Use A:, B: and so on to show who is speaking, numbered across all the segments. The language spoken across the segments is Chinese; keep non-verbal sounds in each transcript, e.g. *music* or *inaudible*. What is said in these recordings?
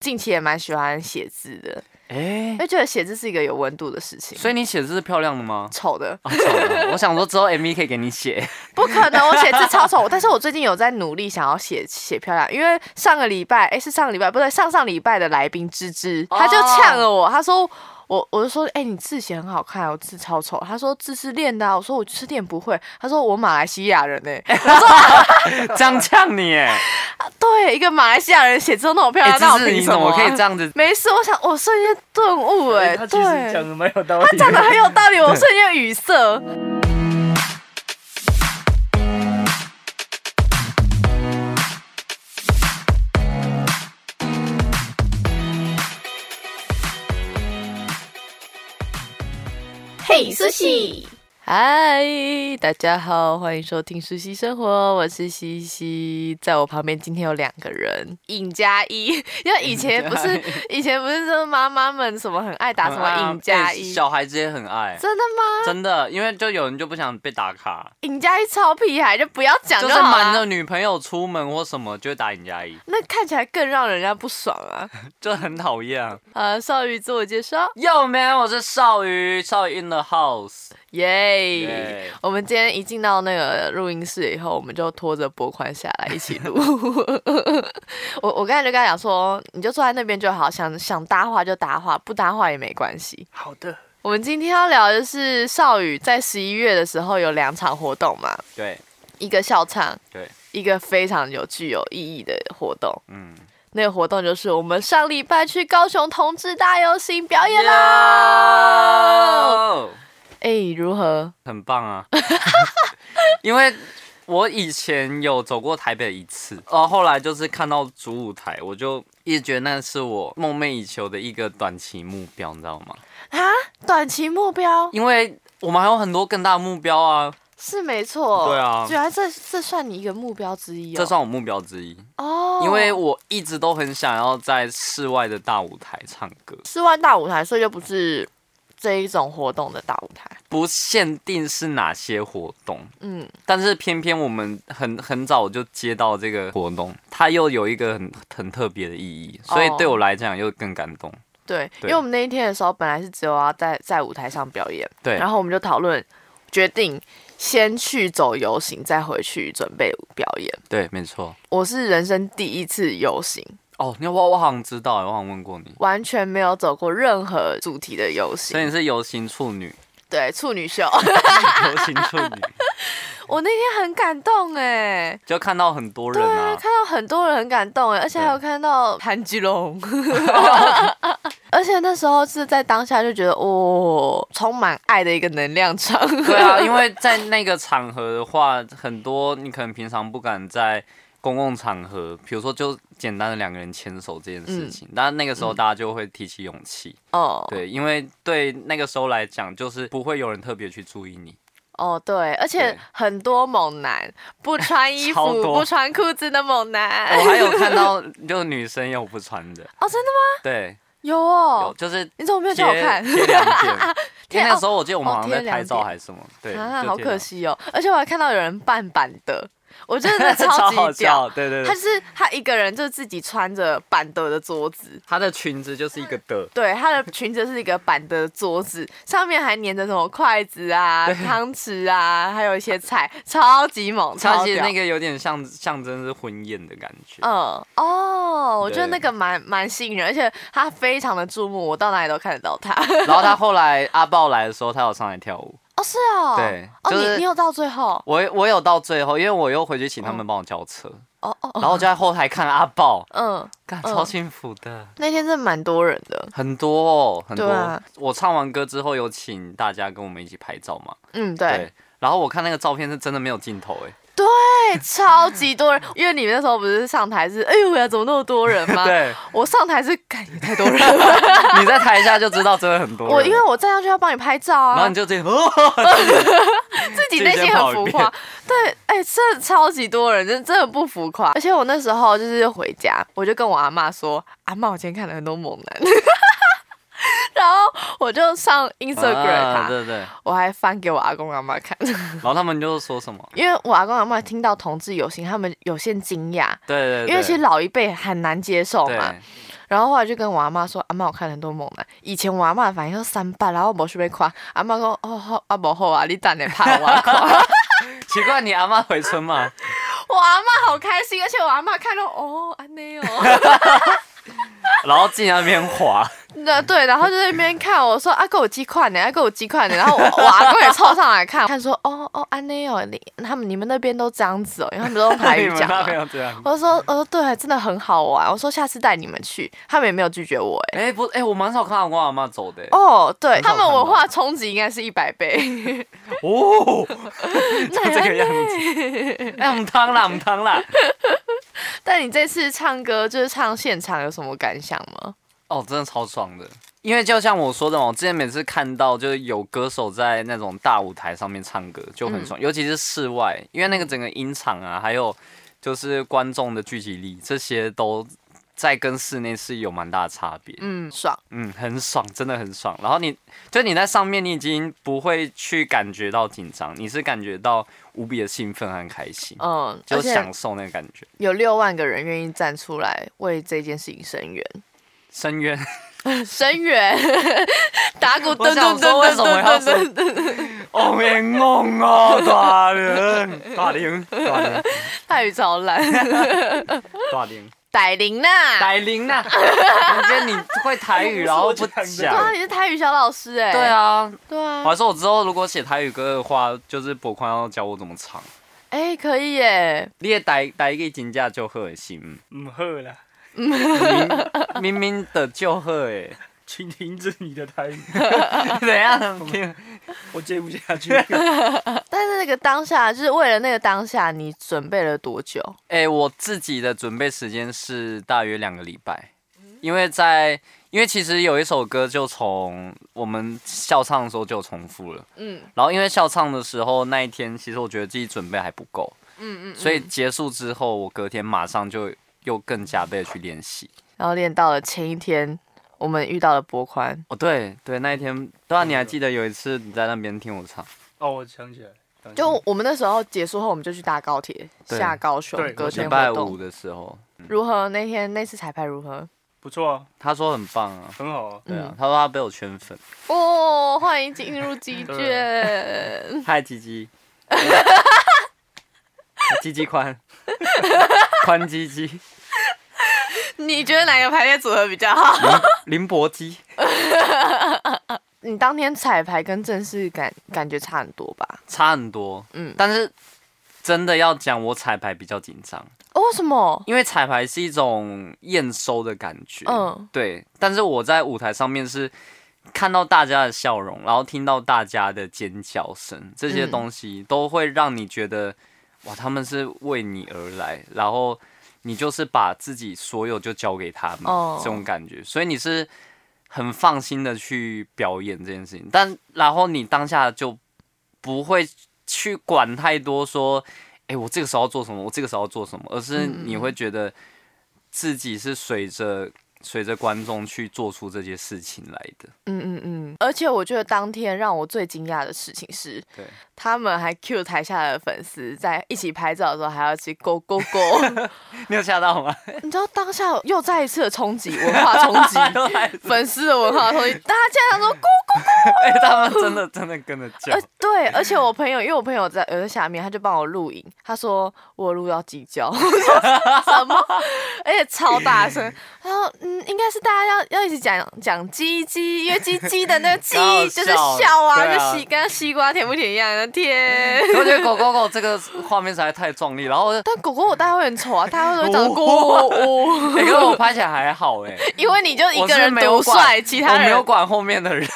A: 近期也蛮喜欢写字的，
B: 哎
A: 因，为觉得写字是一个有温度的事情。
B: 所以你写字是漂亮的吗？
A: 丑的
B: *laughs* 啊，糟了我想说之后 MV 可以给
A: *laughs*
B: 你写，
A: 不可能，我写字超
B: *laughs*
A: 丑。但是我最近有在努力想要写写漂亮，因为上个礼拜，哎、是上个礼拜，不对，上上礼拜的来宾芝芝，
B: 哦
A: 他就呛了我，他说我，我就说，哎、你字写很好看，我字超丑。他说字是练的、啊，我说我就是练不会。他说我马来西亚人欸
B: *laughs*
A: 呢、
B: 这样呛你哎，
A: 对，一个马来西亚人写字都那么漂
B: 哎，
A: 亮，那我
B: 芝芝
A: 凭
B: 你
A: 什
B: 怎么
A: *laughs* 啊
B: 可以这样子？
A: 没事，我想我瞬间顿悟哎、
C: 他其
A: 对，
C: 实讲的蛮有道理的，
A: 讲的很有道理，我瞬间语塞。嘿，苏西。嗨，大家好，欢迎收听《舒西生活》，我是西西，在我旁边今天有两个人，尹加一，因为以前 *laughs* 不是
B: 尹嘉
A: 以前不是说妈妈们什么很爱打什么尹加
B: 哎
A: 一，
B: 小孩子也很爱，
A: 真的吗？
B: 真的，因为就有人就不想被打卡，
A: 尹加一超屁孩，就不要讲
B: 就
A: 好
B: 是瞒着
A: 了。
B: 女朋友出门或什么就会打人家一，
A: 那看起来更让人家不爽
B: *laughs*
A: 啊！
B: 就很讨厌啊。
A: 呃，少宇自我介绍，
B: Yo man，我是少鱼，少鱼 in the house。
A: 耶、
B: 耶
A: 我们今天一进到那个录音室以后，我们就拖着拨宽下来一起录。 *laughs* 我我刚才就跟他讲说，你就坐在那边就好，想想搭话就搭话，不搭话也没关系。
C: 好的，
A: 我们今天要聊的是少宇在十一月的时候有两场活动嘛，
B: 对
A: 一个校唱，
B: 对，
A: 一个非常有具有意义的活动。
B: 嗯，
A: 那个活动就是我们上礼拜去高雄同志大游行表演啦。
B: Yo，
A: 哎、如何？
B: 很棒啊， *laughs* 因为。我以前有走过台北一次，然后后来就是看到主舞台，我就一直觉得那是我梦寐以求的一个短期目标，你知道吗？
A: 啊，短期目标
B: 因为我们还有很多更大的目标啊，
A: 是没错。
B: 对啊
A: 居然这这算你一个目标之一哦。
B: 这算我目标之一。
A: 哦，
B: 因为我一直都很想要在室外的大舞台唱歌，
A: 四万大舞台，所以就不是这一种活动的大舞台。
B: 不限定是哪些活动，
A: 嗯，
B: 但是偏偏我们很很早就接到这个活动，它又有一个很很特别的意义，所以
A: 哦
B: 对我来讲又更感动。
A: 对，因
B: 对
A: 为我们那一天的时候，本来是只有要在在舞台上表演，
B: 对，
A: 然后我们就讨论决定先去走游行，再回去准备表演。
B: 对，没错。
A: 我是人生第一次游行，
B: 哦，你我我好像知道，我好像问过你，
A: 完全没有走过任何主题的游
B: 所以
A: 行，
B: 你是游行处 *laughs* 女，
A: 对处女
B: *laughs*
A: 秀，
B: 游行处女，
A: 我那天很感动哎，
B: *laughs* 就看到很多人
A: 对啊，
B: 啊，
A: 看到很多人很感动哎，而且还有看
B: *laughs*
A: 到 *laughs* 韩吉龙，而且那时候是在当下就觉得哦，充满爱的一个能量场，
B: 对啊，因为在那个场合的话，很多你可能平常不敢在公共场合，比如说就简单的两个人牵手这件事情，但那个时候大家就会提起勇气，
A: *laughs* 哦，
B: 对，因为对那个时候来讲，就是不会有人特别去注意
A: *laughs*
B: 你，
A: 哦对，而且
B: 对
A: 很多猛男不穿衣
B: 超
A: 服、
B: 多
A: 不穿裤子的猛男，
B: 我还有看到就是女生有不穿的，
A: 哦真的吗？
B: 对，
A: 有
B: 有
A: 哦，
B: 就是
A: 你怎么没有
B: 贴
A: 叫我看？
B: 贴两
A: *laughs*
B: 点，因
A: 贴
B: 为那时候我记得我们
A: 哦
B: 好像在
A: 贴两
B: 拍照
A: 点
B: 还是什么，对，
A: 啊，
B: 就
A: 好
B: 贴
A: 可
B: 两
A: 惜哦！而且我还看到有人扮板的，我真的
B: *laughs* 超好
A: 级屌。
B: 笑，对对
A: 他
B: 对，
A: 是他一个人就自己穿着板的的桌子，
B: 她的裙子就是一个的，
A: 对，他的裙子是一个板的桌子，上面还粘着什么筷子啊、汤匙啊，还有一些菜，超级猛，
B: 它
A: 超
B: 其
A: 级
B: 实那个有点像象征是婚宴的感觉。
A: 嗯哦，我觉得
B: 对
A: 那个蛮蛮吸引人，而且他非常的注目，我到哪里都看得到他。 *laughs*
B: 然后他后来阿豹来的时候，他有上来跳舞。
A: 哦，是哦，
B: 对
A: 哦，
B: 就是
A: 你你有到最后，
B: 我我有到最后，因为我又回去请他们帮我叫车，
A: 哦哦，
B: 然后我就在后台看阿豹，
A: 嗯，
B: 干
A: 嗯
B: 超幸福的，
A: 那天真的蛮多人的，
B: 很多哦，很多。
A: 对啊
B: 我唱完歌之后有请大家跟我们一起拍照嘛，
A: 嗯，对。
B: 然后我看那个照片是真的没有镜头哎、
A: 对，超级多人，因为你们那时候不是上台是，哎呦呀，怎么那么多人吗？
B: *laughs* 对，
A: 我上台是，感也太多人了。
B: 你在台下就知道真的
A: *laughs*
B: 很多人。
A: 我因为我站上去要帮你拍照
B: 然后
A: 啊
B: 你，就 *laughs* 这样，哦、
A: 自己内心很浮
B: 自己先跑一
A: 夸。对，哎，真的超级多人，真真的不浮夸。而且我那时候就是回家，我就跟我阿妈说，阿妈，我今天看了很多猛男。 *laughs* 然后我就上 Instagram
B: 啊
A: 他，
B: 对对。
A: 我还翻给我阿公阿妈看，
B: 然后他们就说什么？
A: 因为我阿公阿妈听到同志游行，他们有些惊讶，
B: 对对对，
A: 因为其实老一辈很难接受嘛。
B: 对
A: 然后后来就跟我阿妈说，阿妈我看很多猛男，以前我阿妈反应说三八，然后我去被夸，阿妈说哦好啊不好啊，你等下怕我
B: *laughs*
A: 夸，
B: 奇怪，你阿妈回村吗？ *laughs*
A: 我阿妈好开心，而且我阿妈看到哦安内哦， *laughs*
B: 然后进那边滑，
A: 那对，然后就在那边看我说阿啊哥我鸡块呢，阿哥我鸡块呢，然后我我阿公也凑上来看，看说哦哦安内哦，你他们你们那边都这样子哦，因为他们都用台
B: 你
A: 语
B: 们 *laughs*
A: 讲
B: 那
A: 嘛
B: 边。有这样？
A: 我就说，哦，对，真的很好玩。我说下次带你们去，他们也没有拒绝我、哎。
B: 哎、不，哎、我蛮少看到我阿妈走的、
A: 哦，对
B: 很少
A: 他们
B: 看到
A: 文化冲击应该是一百倍，
B: 哦， *laughs* 就
A: 那
B: 这个样
A: *laughs*
B: 子。哎，唔汤啦，唔汤啦。
A: 但你这次唱歌就是唱现场，有什么感想吗？
B: 哦，真的超爽的。因为就像我说的嘛，我之前每次看到就是有歌手在那种大舞台上面唱歌就
A: 嗯
B: 很爽，尤其是室外，因为那个整个音场啊，还有就是观众的聚集力，这些都在跟室内是有蛮大的差别。
A: 嗯，爽，
B: 嗯，很爽，真的很爽。然后你就你在上面，你已经不会去感觉到紧张，你是感觉到无比的兴奋和开心，
A: 嗯，
B: 就
A: 而
B: 享
A: 且
B: 受那个感觉。
A: 有六万个人愿意站出来为这件事情声援，
B: 深渊， *laughs*
A: 声援， *laughs* 打鼓，
B: 我
A: 噔
B: 想
A: 噔
B: 说为
A: 噔噔
B: 什么
A: 噔
B: 要
A: 噔
B: 说
A: 噔噔，
B: 哦面梦哦，大人，大林，大林，
A: *laughs* 泰语超
B: *laughs*
A: 烂，啊
B: 大 *laughs* 林，
A: 逮林呐，
B: 百灵 *laughs* 呐！我觉得你会台语，然后不
A: 对啊，
B: 讲。
A: 你是台语小老师哎，
B: 对，啊，
A: 对
B: 我
A: 啊
B: 还，说我之后如果写台语歌的话，就是博宽要教我怎么唱。
A: 哎，可以耶，
B: 你的台台语真正就好的是吗，
C: 唔嗯好啦，
B: 明明的就好 *laughs* 诶。
C: 请停止你的台 *laughs* 语，
B: 怎样？ *laughs*
C: 我接不下去。
A: 但是那个当下就是为了那个当下，你准备了多久？
B: 哎、我自己的准备时间是大约两个礼拜，因为在因为其实有一首歌就从我们校唱的时候就有重复了，
A: 嗯
B: 然后因为校唱的时候那一天，其实我觉得自己准备还不够，
A: 嗯嗯，
B: 所以结束之后，我隔天马上就又更加倍的去练习。
A: 然后练到了前一天，我们遇到了博宽，
B: 哦，对对，那一天，对啊，你还记得有一次你在那边听我唱，
C: 哦，我想起来，了，
A: 就我们那时候结束后，我们就去搭高铁
B: 对
A: 下高雄
C: 对，
A: 隔
C: 我
B: 礼
A: 天
B: 拜
A: 活
B: 五
A: 动
B: 的时候，
A: 如何？那天那次彩排如何？
C: 不错啊，
B: 他说很棒啊，
C: 很好啊。
A: 嗯
B: 对啊，他说他被我圈粉，
A: 哦，欢迎进入鸡圈。
B: 嗨，鸡鸡， *laughs* 鸡鸡宽， *laughs* 宽鸡鸡，
A: *laughs* 你觉得哪个排列组合比较好？
B: 林伯鸡。
A: 你当天彩排跟正式感感觉差很多吧？
B: 差很多，
A: 嗯
B: 嗯，但是真的要讲，我彩排比较紧张，
A: 哦，为什么？
B: 因为彩排是一种验收的感觉，
A: 嗯
B: 嗯，对。但是我在舞台上面是看到大家的笑容，然后听到大家的尖叫声，这些
A: 嗯
B: 东西都会让你觉得，哇，他们是为你而来，然后你就是把自己所有就交给他们，
A: 哦
B: 这种感觉，所以你是。很放心的去表演这件事情，但然后你当下就不会去管太多说，哎、我这个时候要做什么，我这个时候要做什么，而是
A: 嗯嗯
B: 你会觉得自己是随着随着观众去做出这些事情来的。
A: 嗯嗯嗯。而且我觉得当天让我最惊讶的事情是，
B: 对，
A: 他们还 cue 台下的粉丝在一起拍照的时候还要去勾勾勾。 *laughs*
B: 你有吓到吗？
A: 你知道当下又再一次的冲击，文化冲击， *laughs* 粉丝的文化冲击，大家竟然想说，咕
B: *laughs* 哎、他们真的真的跟着 *laughs* 叫
A: 呃，，对，而且我朋友，因为我朋友在有在下面，他就帮我录影，他说我录到鸡
B: *laughs*
A: 叫，我说什么？而且超大声，他说嗯，应该是大家要要一直讲讲鸡鸡，因为鸡鸡的那个鸡
B: 好
A: 就是
B: 笑
A: 笑啊，
B: *laughs* 对
A: 就
B: 啊
A: 西跟西瓜甜不甜一样，
B: *laughs*
A: 天。
B: 我觉得狗狗狗这个画面实在太壮丽，然后 *laughs* 哎我就。
A: 但狗狗我大概会很丑啊，大家会
B: 哦
A: 长得咕咕，
B: 哎、可是我拍起来还好 *laughs* 哎、
A: 因为你就一
B: 我
A: 个
B: 是
A: 人
B: 没有
A: 独
B: 管
A: 帅，其他
B: 我没
A: 人
B: 有管后面的人，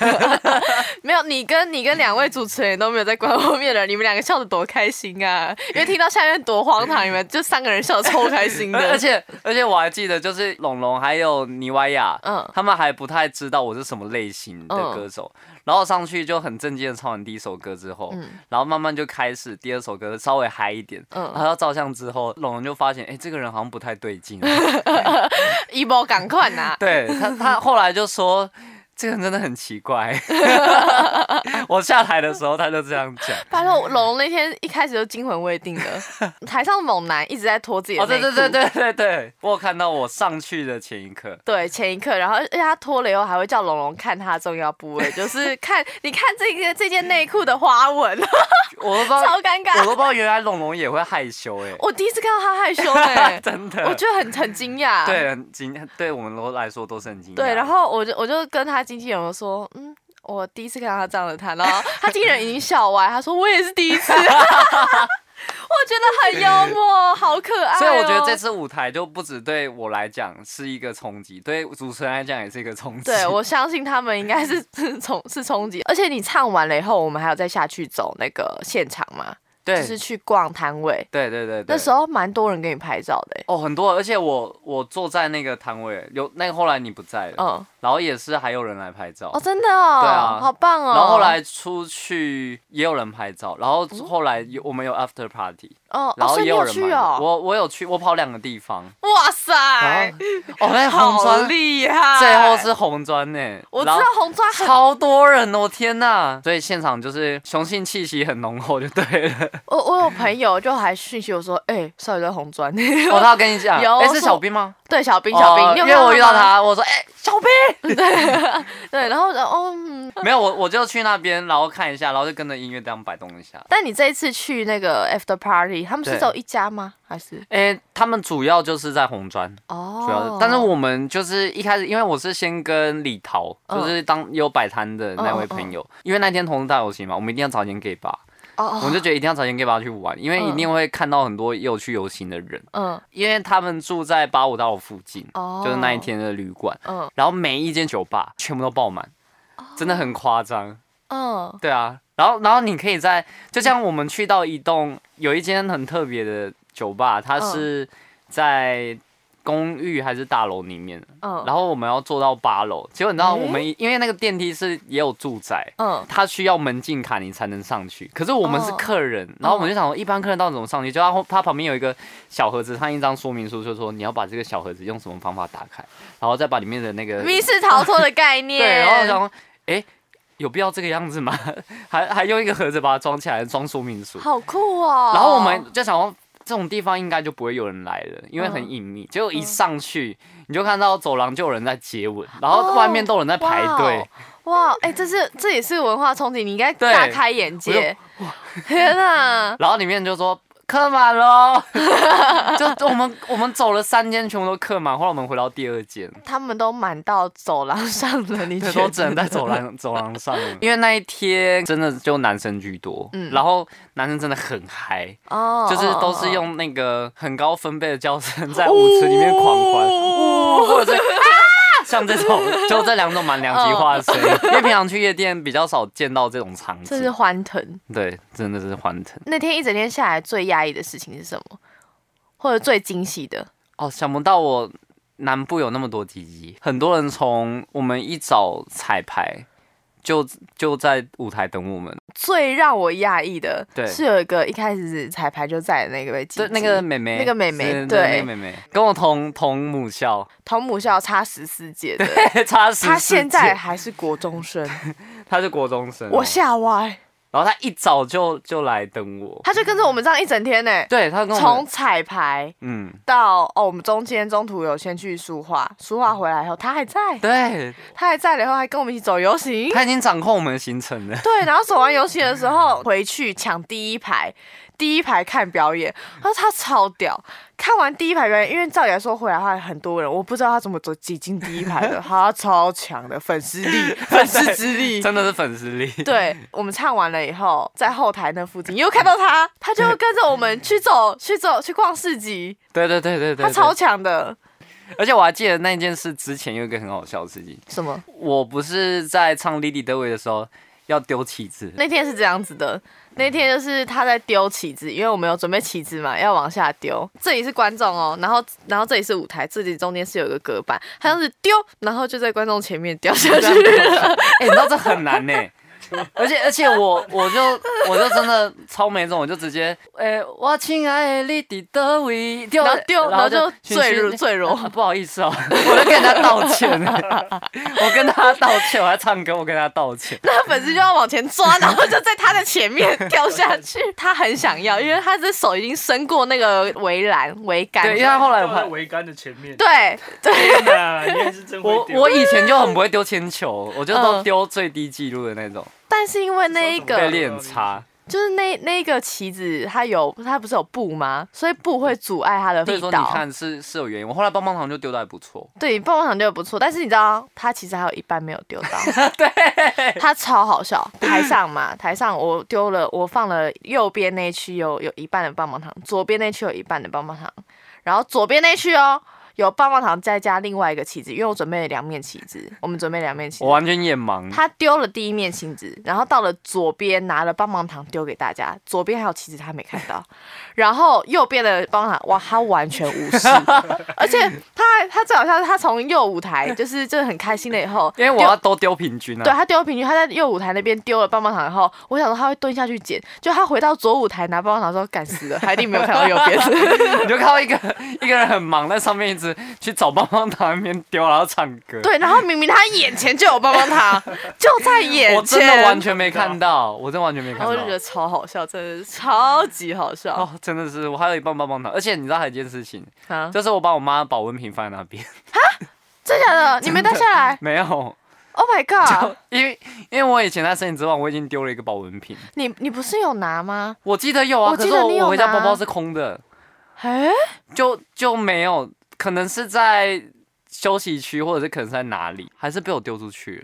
A: 没有，你跟你跟两位主持人都没有在管后面的人，你们两个笑得多开心 *laughs* 啊！因为听到下面多荒唐，你们就三个人笑得超开心 *laughs* 的，
B: *laughs* 而而且而且我还记得，就是龙龙还有妮瓦雅，
A: 嗯
B: 他们还不太知道我是什么类型的
A: 嗯
B: 歌手，然后上去就很正经的唱完第一首歌之后，
A: 嗯
B: 然后慢慢就开始第二首歌稍微嗨一点，
A: 嗯
B: 然后要照相之后，龙龙就发现，哎、这个人好像不 *laughs* 太对劲，啊
A: 一波赶快呐！ *laughs*
B: 对他他后来就说。这个人真的很奇
A: *laughs*
B: 怪。我下台的时候他就这样讲。
A: 拜托，龙那天一开始就惊魂未定的， *laughs* 台上猛男一直在脱自己的
B: 哦，
A: 内
B: 对
A: 裤、
B: 对对对对对，我有看到我上去的前一刻，
A: 对，前一刻，然后而且他脱了以后还会叫龙龙看他的重要部 *laughs* 位，就是看你看这个这件内裤的花 *laughs* 纹，
B: 我都不知道，
A: 超尴
B: 我
A: 尬。
B: 都不知道原来龙龙也会害羞哎、
A: 我第一次看到他害羞 *laughs* 哎、
B: *laughs* 真的，
A: 我觉得很很惊讶。
B: 对很惊，对我们都来说都是很惊讶。
A: 对，然后我就我就跟他经纪人说，嗯。我第一次看到他这样的他，然后 *laughs* 他经纪人已经笑歪，他说我也是第一次， *laughs* 我觉得很幽默，好可爱、哦。
B: 所以我觉得这次舞台就不止对我来讲是一个冲击，对主持人来讲也是一个冲击。
A: 对，我相信他们应该是 *laughs* 是冲是冲击，而且你唱完了以后，我们还有再下去走那个现场嘛，就
B: 对
A: 是去逛摊位。
B: 对对对对，
A: 那时候蛮多人给你拍照的欸、
B: 哦很多，而且我我坐在那个摊位，有那个后来你不在了，
A: 嗯，
B: 然后也是还有人来拍照。
A: 哦，真的哦，
B: 对啊
A: 好棒哦。
B: 然后后来出去也有人拍照，然后后来有我们有 after party，
A: 哦，哦
B: 然后
A: 所以
B: 也
A: 你
B: 有
A: 有
B: 人
A: 去
B: 买。
A: 哦，
B: 我我有去，我跑两个地方。
A: 哇塞，
B: 哦，那红
A: 好
B: 砖
A: 厉害！
B: 最后是红砖呢，
A: 我知
B: 然
A: 道
B: 后
A: 红砖很，
B: 超多人哦，天呐！所以现场就是雄性气息很浓厚，就对 *laughs* 了。
A: 我我有朋友就还讯息我说，哎、少宇在红砖，
B: 我他有跟你讲，
A: 有
B: 哎
A: 我
B: 是
A: 说
B: 小兵吗？
A: 对小兵小兵，
B: 哦
A: 你有
B: 因
A: 没
B: 为
A: 有
B: 我遇到
A: 吗，
B: 他，我说哎小兵，
A: 对，然后然后哦嗯，
B: *laughs* 没有我我就去那边，然后看一下，然后就跟着音乐这样摆动一下。
A: 但你这一次去那个 after party，他们是
B: 对
A: 只有一家吗？还是
B: 哎，他们主要就是在红砖，
A: 哦？
B: 主要是，但是我们就是一开始，因为我是先跟李桃，就是当有摆摊的那位朋友，因为那天同事大游行嘛，我们一定要早点给吧，
A: 哦
B: 我
A: 哦，
B: 们就觉得一定要早点给吧去玩，因为一定会看到很多有去游行的人，
A: 嗯
B: 因为他们住在八五道附近，
A: 哦，
B: 就是那一，天的旅馆，
A: 嗯
B: 然后每一间酒吧全部都爆满，真的很夸张。
A: 嗯
B: 对啊，然后然后你可以在，就像我们去到一栋有一间很特别的酒吧，它
A: 嗯
B: 是在公寓还是大楼里面，
A: 嗯，
B: 然后我们要坐到八楼，结果你知道
A: 诶
B: 我们因为那个电梯是也有住宅。
A: 嗯
B: 它需要门禁卡你才能上去，可是我们是
A: 哦
B: 客人，然后我们就想说一般客人到底怎么上去？就他后他旁边有一个小盒子，他一张说明书，就说你要把这个小盒子用什么方法打开，然后再把里面的
A: *laughs*
B: 那个
A: 密室逃脱的概念，
B: *laughs* 对，然后我想说，哎、有必要这个样子吗？ *laughs* 还还用一个盒子把它装起来，装说明书。
A: 好酷哦。
B: 然后我们就想说，这种地方应该就不会有人来了，因为
A: 嗯
B: 很隐秘。结果一上去，你就看到走廊就有人在接吻，然后外面都有人在排队。
A: 哦哇哦，哇，哎，这是这也是文化冲击，你应该
B: 对
A: 大开眼界。 *laughs* 天哪，
B: 然后里面就说客满喽， *laughs* 就我们我们走了三间，全部都客满。后来我们回到第二间，
A: 他们都满到走廊上了，你
B: 对，
A: 觉
B: 都只
A: 得？
B: 能在走 *laughs* 廊走廊上了，因为那一天真的就男生居多，
A: 嗯
B: 然后男生真的很嗨，
A: 哦
B: 就是都是用那个很高分贝的叫声在舞池里面狂欢，
A: 哦
B: 呜 *laughs* 或者是啊像这种，就这两种蛮两极化的声音，因为平常去夜店比较少见嗯到这种场
A: 这是
B: 景。
A: 欢腾。
B: 对，真的是欢腾
A: 那天一整天下来，最压抑的事情是什么？或者最惊喜的？
B: 哦，想不到我南部有那么多鸡鸡，很多人从我们一早彩排。就就在舞台等我们，
A: 最让我讶异的，
B: 对
A: 是有一个一开始彩排就在的那个位置
B: 对，，那个妹妹，
A: 那个妹妹
B: 是
A: 对
B: 那个妹妹跟我同同母校， *laughs*
A: 同母校差十四届的，
B: 差十，
A: 他现在还是国中
B: *laughs*
A: 生，
B: 她是国中生哦，
A: 我吓歪，
B: 然后她一早就就来等我，
A: 他就跟着我们这样一整天呢。
B: 对他跟我
A: 从
B: 们
A: 彩排
B: 嗯，
A: 到哦，我们中间中途有先去书画，书画回来以后他还在，
B: 对
A: 他还在了以后还跟我们一起走游行。
B: 他已经掌控我们的行程了。
A: 对，然后走完游戏的时候回去抢第一排，第一排看表演，他说他超屌。看完第一排表演，因为照理来说回来的话很多人，我不知道他怎么走挤进第一排的，他超强的粉丝
B: *laughs*
A: 力、粉丝之力。
B: 真的是粉丝力，
A: 对我们唱完了以后，在后台那附近又看到他，他就跟着我们去走、去走、去逛市集，
B: 对对对对对，
A: 他超强的。
B: 对！而且我还记得那件事之前有一个很好笑的事情，
A: 什么？
B: 我不是在唱《莉莉德维》的时候要丢旗子，
A: *laughs* 那天是这样子的，那天就是他在丢旗子，因为我们有准备旗子嘛，要往下丢。这里是观众哦，然后然后这里是舞台，这里中间是有一个隔 *laughs* 板，他就是丢，然后就在观众前面掉下去了。
B: 哎、你知道这很难呢、 *laughs* 而且而且我我就我就真的超没种，我就直接诶、我亲爱的你伫倒位，丢
A: 然后丢
B: 然后
A: 然后就
B: 讯息
A: 坠入
B: 你
A: 坠入
B: *laughs* 啊不好意思哦，我就跟他道歉，啊 *laughs* 我跟他道歉，我还唱歌，我跟他道歉。
A: 那粉丝就要往前抓，然后就在他的前
B: *laughs*
A: 面跳下去。他很想要，因为他的手已经伸过那个围栏围杆。
B: 对，因为他后来
C: 放在
B: 我
C: 桅杆的前面。
A: 对对，
C: 天哪，你也是真
B: 我
C: 会丢。
B: 我以前就很不会丢铅球，我就都
A: 嗯
B: 丢最低纪录的那种，
A: 但是因为那一
C: 对
B: 被
A: 个
C: 练
B: 练差。
A: 就是那那一个棋子，它有它不是有布吗？所以布会阻碍它的
B: 所以
A: 力
B: 说你
A: 道。
B: 看是是有原因。我后来棒棒糖就丢的还不错，
A: 对，棒棒糖就不错，但是你知道它其实还有一半没有
B: *laughs*
A: 丢到。对，它超好笑。台上嘛， *clears throat* 台上我丢了，我放了右边那区有有一半的棒棒糖，左边那区有一半的棒棒糖，然后左边那区哦。有棒棒糖，再加另外一个棋子，因为我准备了两面棋子，我们准备两面棋子
B: 我。完全眼盲。
A: 他丢了第一面棋子，然后到了左边拿了棒棒糖丢给大家，左边还有棋子他没看到， *laughs* 然后右边的棒棒糖哇他完全无视， *laughs* 而且他他最好笑是他从右舞台就是就是很开心了以后，
B: *laughs* 因为我要都丢平均
A: 对
B: 啊，
A: 他丢平均，他在右舞台那边丢了棒棒糖以后，我想说他会蹲下去捡，就他回到左舞台拿棒棒糖的时候，干死了，他一定没有看到右边。 *laughs*
B: *laughs* 你就看到一个一个人很忙，在上面一直去找棒棒糖那边丢，然后唱歌。，
A: 对，然后明明他眼前就有棒棒糖，就在眼前，
B: 我真的完全没看到，我真的完全没看
A: 然后我就觉
B: 到
A: 得。超好笑，真的是超级好笑。
B: 哦，真的是，我还有一棒棒棒糖，而且你知道还有一件事情，
A: 啊
B: 就是我把我妈的保温瓶放在那边， *laughs*
A: 真假的？你没带下来
B: 没有，
A: ？Oh my god！
B: 因为因为我以前在森林之王，我已经丢了一个保温瓶，
A: 你你不是有拿吗？
B: 我记得有啊，
A: 我
B: 可
A: 记
B: 是
A: 得
B: 我
A: 你有
B: 我回家
A: 拿
B: 包包是空的，
A: 哎、
B: 就就没有，可能是在休息区，或者是可能是在哪里，还是被我丢出去了。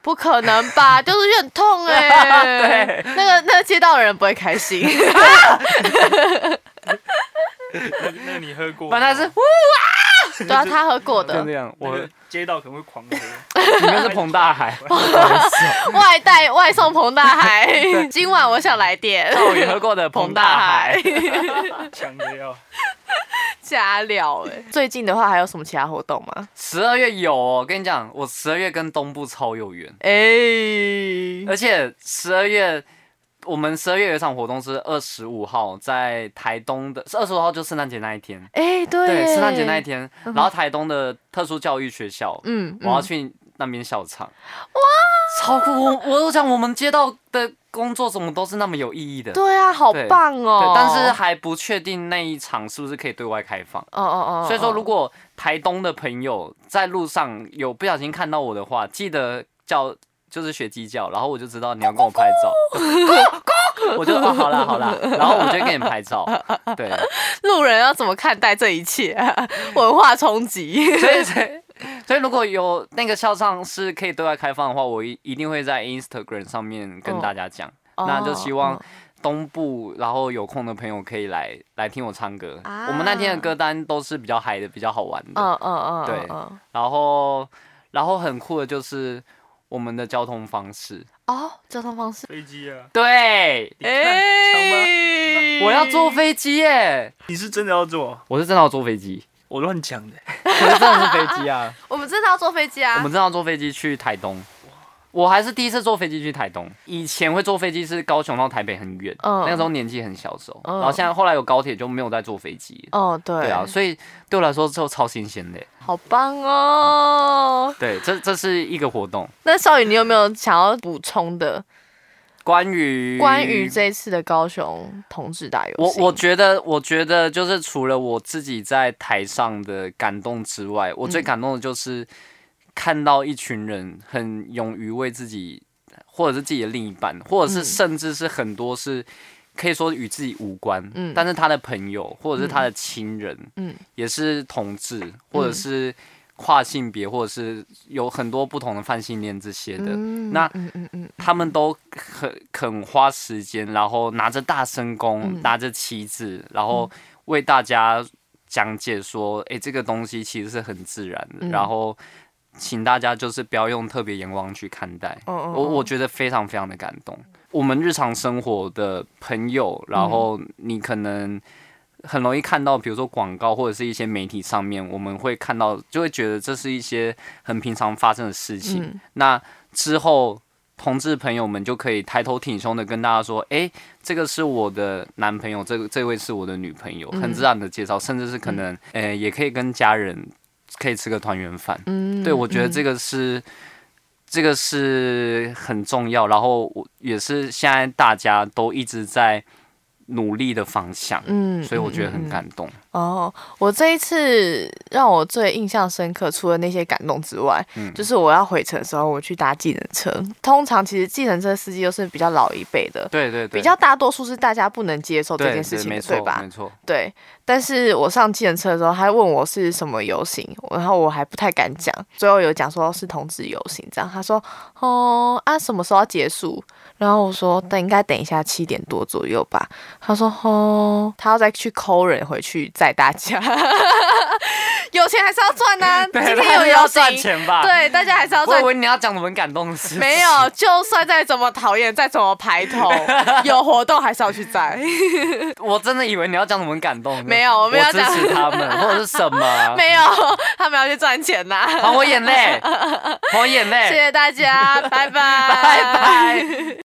A: 不可能吧？
B: *laughs*
A: 丢出去很痛哎、那个那个街道的人不会开
B: *laughs*
A: 心。
C: 那个那个你喝过吗？
B: 反正是
A: 对啊，他喝过
B: 就
A: 的
B: 那样，
C: 我
B: 我
C: 街道可能会狂喝。
B: *laughs* 里面是彭大海，
A: 外带外送彭大海，今晚我想来点
B: *laughs* 我也喝过的
A: 彭
B: *laughs* 彭
A: 大
B: 大
A: 海
B: 海。 *laughs*
C: 抢着要。
A: 加料
B: *laughs*
A: 哎、最近的话还有什么其他活动吗？
B: 十二月有哦，跟你讲，我十二月跟东部超有缘，
A: 哎、
B: 而且十二月。我们十二月有一场活动是二十五号在台东的，是二十五号就圣诞节那一天，
A: 哎、对耶，
B: 对，嗯圣诞节那一天，然后台东的特殊教育学校，
A: 嗯，
B: 我要
A: 嗯，
B: 去那边笑场，哇，超酷！我我都讲我们街道的工作怎么都是那么有意义的，
A: 对啊，好
B: 对
A: 棒哦、
B: 对但是还不确定那一场是不是可以对外开放。
A: 哦哦哦，
B: 所以说，如
A: 果
B: 果台东的朋友在路上有不小心看到我的话，记得叫就是学鸡叫，然后我就知道你要跟我拍
A: *laughs*
B: 照，我就哦好啦好啦，然后我就跟你拍照，对，
A: *laughs*
B: *laughs*
A: 路人要怎么看待这一切、啊？文化冲击。
B: 所以所以所以如果有那个校唱是可以对外开放的话，我一一定会在 Instagram 上面跟大家讲。那就希望
A: 哦
B: 东部，然后有空的朋友可以来来听我唱歌。
A: 啊
B: 我们那天的歌单都是比较嗨的，比较好玩的。
A: 嗯嗯嗯，
B: 对
A: 嗯嗯
B: 然后，然后很酷的就是我们的交通方式。
A: 哦，交通方式，
C: 飞机啊！
B: 对，
C: 你看，
A: 哎
B: 我要坐，飞机耶！
C: 你是真的要做？
B: 我是真的要坐飞机，
C: 我乱讲的。
B: 我是真的是飞机啊！
A: 我们真的要坐飞机
B: 我
A: 啊
B: 们真！的要坐飞机去台东。我还是第一次坐飞机去台东，以前会坐飞机是高雄到台北很远，
A: 嗯
B: 那个时候年纪很小的时候，
A: 嗯
B: 然后现在后来有高铁就没有再坐飞机了。
A: 哦，对
B: 对啊，所以对我来说就超新鲜的。
A: 好棒哦！
B: 对，这这是一个活动，
A: 那少宇，你有没有想要补充的
B: 关于
A: 关于这一次的高雄同志大游
B: 我
A: 行
B: 我觉得我觉得就是除了我自己在台上的感动之外，我最
A: 嗯
B: 感动的就是看到一群人很勇于为自己，或者是自己的另一半，或者是
A: 嗯
B: 甚至是很多是。可以说与自己无关，
A: 嗯
B: 但是他的朋友或者是他的亲人，
A: 嗯
B: 也是同志，或者是跨性别，或者是有很多不同的泛性恋这些的，
A: 嗯
B: 那
A: 嗯嗯嗯
B: 他们都肯肯花时间，然后拿着大声公，
A: 嗯
B: 拿着旗子，然后为大家讲解说，诶，这个东西其实是很自然的，
A: 嗯
B: 然后请大家就是不要用特别眼光去看待。
A: 哦哦
B: 我我
A: 哦
B: 觉得非常非常的感动。我们日常生活的朋友，然后
A: 嗯
B: 你可能很容易看到，比如说广告或者是一些媒体上面，我们会看到，就会觉得这是一些很平常发生的事情。
A: 嗯
B: 那之后同志朋友们就可以抬头挺胸的跟大家说，哎、这个是我的男朋友，这个这位是我的女朋友，
A: 嗯
B: 很自然的介绍，甚至是可能，呃，也可以跟家人可以吃个团圆饭。
A: 嗯
B: 对，我觉得
A: 嗯
B: 这个是、这个是很重要，然后我也是现在大家都一直在努力的方向，
A: 嗯
B: 所以我觉得很
A: 嗯嗯
B: 感动。
A: 哦，我这一次让我最印象深刻，除了那些感动之外，
B: 嗯
A: 就是我要回程的时候，我去搭计程车。通常其实计程车司机都是比较老一辈的，
B: 对对对，
A: 比较大多数是大家不能接受
B: 对
A: 这件事情的，
B: 对没
A: 对
B: 错
A: 吧
B: 没？错，
A: 对。但是我上计程车的时候，他问我是什么游行，然后我还不太敢讲，最后有讲说是同志游行这样。他说：“哦啊，什么时候要结束？”然后我说：“等应该等一下七点多左右吧。”他说：“哦，他要再去抠人回去载大家， *laughs* 有钱还是要赚呐、
B: *laughs* 对
A: 今
B: 他
A: 天有
B: 是要
A: 游
B: 赚
A: 行，
B: 钱吧？，
A: 对，大家还是要
B: 我
A: 赚
B: 以为你要讲什么很感动的事，
A: 没有，就算再怎么讨厌，再怎么
B: *laughs*
A: 排头，有活动还是要去载。
B: 我真的以为你要讲什么很感动的，
A: 没有我
B: 我
A: 没有讲
B: 支持他们或者是什么，
A: *laughs* 没有，他们要去赚钱呐、
B: 还我眼泪，还我
A: *laughs*
B: 眼
A: 谢
B: 泪，
A: 哎谢大家，拜拜，
B: 拜拜。